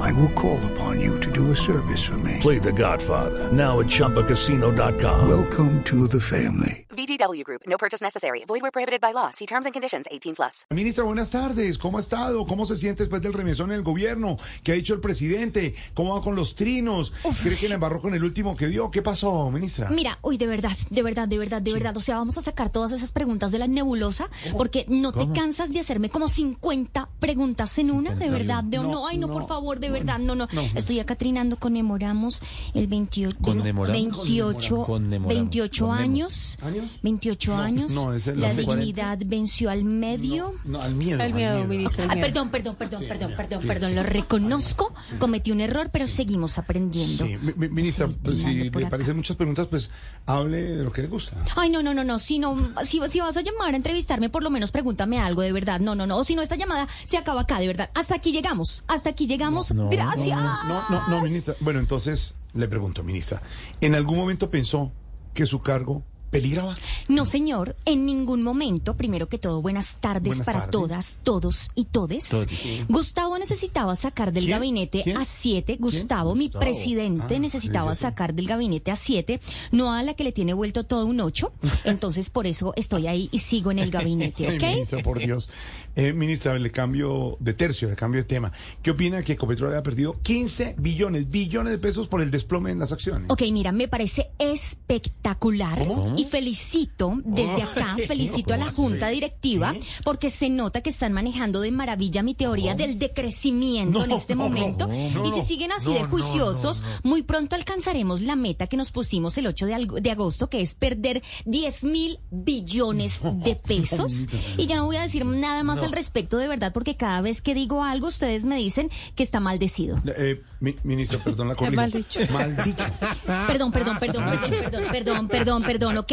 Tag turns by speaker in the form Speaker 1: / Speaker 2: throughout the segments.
Speaker 1: I will call upon you to do a service for me.
Speaker 2: Play the Godfather, now at Chumpacasino.com.
Speaker 1: Welcome to the family.
Speaker 3: VGW Group, no purchase necessary. Void where prohibited by law. See terms and conditions 18 plus.
Speaker 4: Ministra, buenas tardes. ¿Cómo ha estado? ¿Cómo se siente después del remesón en el gobierno? ¿Qué ha dicho el presidente? ¿Cómo va con los trinos? ¿Cree que la embarró con el último que vio? ¿Qué pasó, ministra?
Speaker 5: Mira, uy, de verdad, de verdad, de verdad, de verdad. O sea, vamos a sacar todas esas preguntas de la nebulosa porque no te cansas de hacerme como 50 preguntas en una, de verdad. De, no, ay, no, por favor, de verdad, no, no. Estoy acá trinando, conmemoramos el 28,
Speaker 6: Conmemoramos.
Speaker 5: 28,
Speaker 6: Conmemoramos.
Speaker 5: 28 años,
Speaker 4: ¿Años?
Speaker 5: 28 años.
Speaker 4: no, es el
Speaker 5: la
Speaker 4: 40.
Speaker 5: dignidad venció al medio.
Speaker 4: No, al miedo.
Speaker 7: El miedo, ministra, el
Speaker 5: Ah,
Speaker 7: miedo.
Speaker 5: perdón, perdón, perdón, perdón, perdón, perdón, lo reconozco, cometí un error, pero seguimos aprendiendo.
Speaker 4: Sí, mi- mi- ministra,
Speaker 5: Sí,
Speaker 4: pues,
Speaker 5: trinando
Speaker 4: si
Speaker 5: por
Speaker 4: le
Speaker 5: acá.
Speaker 4: parecen muchas preguntas, pues hable de lo que le gusta.
Speaker 5: Ay, no, no, no, no. Si, no si, si vas a llamar a entrevistarme, por lo menos pregúntame algo, de verdad. No, no, no. O si no, esta llamada se acaba acá, de verdad. Hasta aquí llegamos. Hasta aquí llegamos. Gracias.
Speaker 4: No, no, no, ministra. Bueno, entonces le pregunto, ministra, ¿en algún momento pensó que su cargo peligraba?
Speaker 5: No, señor, en ningún momento. Primero que todo, buenas tardes
Speaker 4: Buenas
Speaker 5: para
Speaker 4: tardes.
Speaker 5: todas, todos y todes.
Speaker 6: Todes.
Speaker 5: Gustavo necesitaba sacar del
Speaker 4: ¿Quién?
Speaker 5: gabinete
Speaker 4: ¿Quién?
Speaker 5: a siete. Gustavo, mi
Speaker 4: Gustavo.
Speaker 5: presidente,
Speaker 4: Ah,
Speaker 5: necesitaba
Speaker 4: sí, sí, sí.
Speaker 5: sacar del gabinete a siete. No a la que le tiene vuelto todo un ocho. Entonces, por eso estoy ahí y sigo en el gabinete,
Speaker 4: Ay,
Speaker 5: ¿ok?
Speaker 4: ministra, por Dios. Eh, ministra, le cambio de tercio, le cambio de tema. ¿Qué opina que Ecopetrol haya perdido 15 billones, billones de pesos por el desplome en las acciones?
Speaker 5: Ok, mira, me parece espectacular
Speaker 4: ¿Cómo?
Speaker 5: y felicito desde acá, felicito a la junta directiva porque se nota que están manejando de maravilla mi teoría del decrecimiento en
Speaker 4: No,
Speaker 5: este
Speaker 4: no,
Speaker 5: momento
Speaker 4: no,
Speaker 5: y si
Speaker 4: no,
Speaker 5: siguen así de
Speaker 4: no, no,
Speaker 5: juiciosos,
Speaker 4: no, no.
Speaker 5: muy pronto alcanzaremos la meta que nos pusimos el 8 de, algo- de agosto, que es perder 10 mil billones de pesos. Y ya no voy a decir nada más al respecto de verdad porque cada vez que digo algo ustedes me dicen que está maldecido.
Speaker 4: Eh, mi- ministra, perdón, la corrijo.
Speaker 7: Mal dicho.
Speaker 4: Mal dicho. Ah,
Speaker 5: Perdón, perdón, perdón, perdón, perdón, perdón, perdón, ok.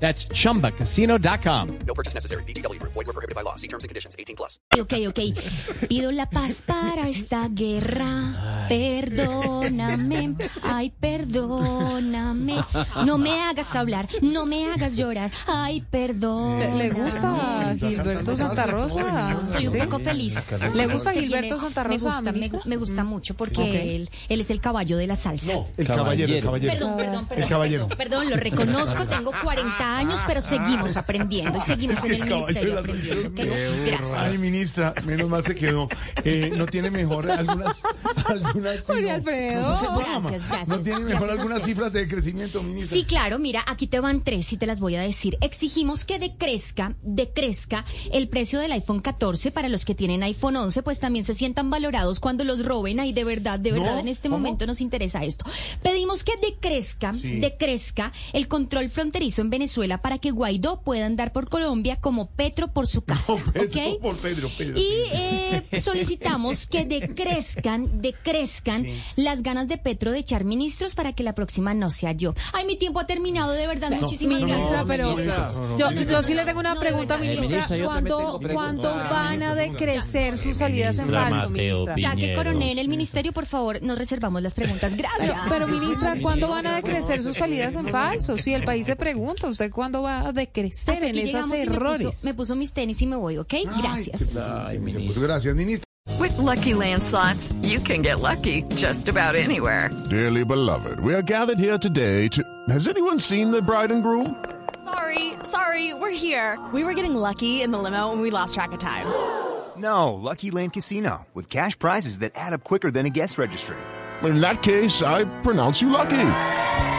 Speaker 8: That's chumbacasino.com.
Speaker 9: No purchase necessary. VGW Group. Void were prohibited by law. See terms and conditions. 18 plus.
Speaker 5: Ok, ok. Pido la paz para esta guerra. Perdóname. Ay, perdóname. No me hagas hablar. No me hagas llorar. Ay,
Speaker 7: ¿Le,
Speaker 5: perdón.
Speaker 7: le gusta a Gilberto Santa Rosa?
Speaker 5: Soy un
Speaker 7: ¿Sí?
Speaker 5: poco feliz.
Speaker 4: Ah,
Speaker 7: ¿Le gusta
Speaker 5: Se tiene-
Speaker 7: Gilberto Santa
Speaker 5: Me
Speaker 7: Rosa,
Speaker 5: gusta, me,
Speaker 7: ministra?
Speaker 5: me gusta mucho porque
Speaker 7: Ok.
Speaker 5: él, él es el caballo de la salsa.
Speaker 4: El caballero, el
Speaker 6: Caballero.
Speaker 4: caballero.
Speaker 5: Perdón, perdón, perdón.
Speaker 4: El caballero.
Speaker 5: Perdón, perdón, lo reconozco, tengo 40 años, pero seguimos aprendiendo y seguimos en el ministerio aprendiendo. ¿ok?
Speaker 4: Ay,
Speaker 5: Gracias.
Speaker 4: ministra, menos mal se quedó. Eh, no tiene mejor algunas. algunas
Speaker 7: Jorge
Speaker 4: no,
Speaker 7: Alfredo.
Speaker 4: no se programa.
Speaker 5: Gracias, gracias.
Speaker 4: No tiene mejor
Speaker 5: Gracias a
Speaker 4: algunas
Speaker 5: usted.
Speaker 4: cifras de crecimiento, ministra.
Speaker 5: Sí, claro, mira, aquí te van tres y te las voy a decir. Exigimos que decrezca, decrezca el precio del iPhone 14 para los que tienen iPhone 11, pues también se sientan valorados cuando los roben. Ahí de verdad, de verdad,
Speaker 4: No,
Speaker 5: en este
Speaker 4: ¿cómo?
Speaker 5: momento nos interesa esto. Pedimos que decrezca,
Speaker 4: Sí.
Speaker 5: decrezca el control fronterizo en Venezuela para que Guaidó pueda andar por Colombia como Petro por su casa,
Speaker 4: No, Pedro,
Speaker 5: ¿ok?
Speaker 4: por Pedro, Pedro.
Speaker 5: Y eh, solicitamos que decrezcan, decrezcan
Speaker 4: Sí.
Speaker 5: las ganas de Petro de echar ministros para que la próxima no sea yo. Ay, mi tiempo ha terminado, de verdad, muchísimas
Speaker 7: Ministra,
Speaker 5: gracias.
Speaker 7: pero
Speaker 4: ministra, no, no,
Speaker 7: yo,
Speaker 4: ministra.
Speaker 7: yo sí le tengo una pregunta, ministra.
Speaker 6: ministra, yo también
Speaker 7: ¿Cuándo,
Speaker 6: tengo preguntas.
Speaker 7: cuándo van a decrecer sus salidas en
Speaker 6: Ministra
Speaker 7: falso,
Speaker 6: Mateo
Speaker 7: ministra?
Speaker 6: Pi-
Speaker 5: Ya que
Speaker 6: Piñeros.
Speaker 5: coroné en el ministerio, por favor, nos reservamos las preguntas. Gracias.
Speaker 7: Pero, pero, ministra, ¿cuándo van a decrecer sus salidas en falso? Si el país se pregunta, ¿usted cuándo va a decrecer
Speaker 5: Hasta
Speaker 7: en
Speaker 5: aquí
Speaker 7: esos
Speaker 5: llegamos y me
Speaker 7: errores?
Speaker 5: puso, me puso mis tenis y me voy, ¿ok?
Speaker 4: Ay,
Speaker 5: Gracias.
Speaker 4: sí, Pues gracias, ministra.
Speaker 10: With Lucky Land slots, you can get lucky just about anywhere.
Speaker 11: Dearly beloved, we are gathered here today to. Has anyone seen the bride and groom?
Speaker 10: Sorry, sorry, we're here. We were getting lucky in the limo and we lost track of time.
Speaker 9: No, Lucky Land Casino. With cash prizes that add up quicker than a guest registry.
Speaker 11: In that case, I pronounce you lucky.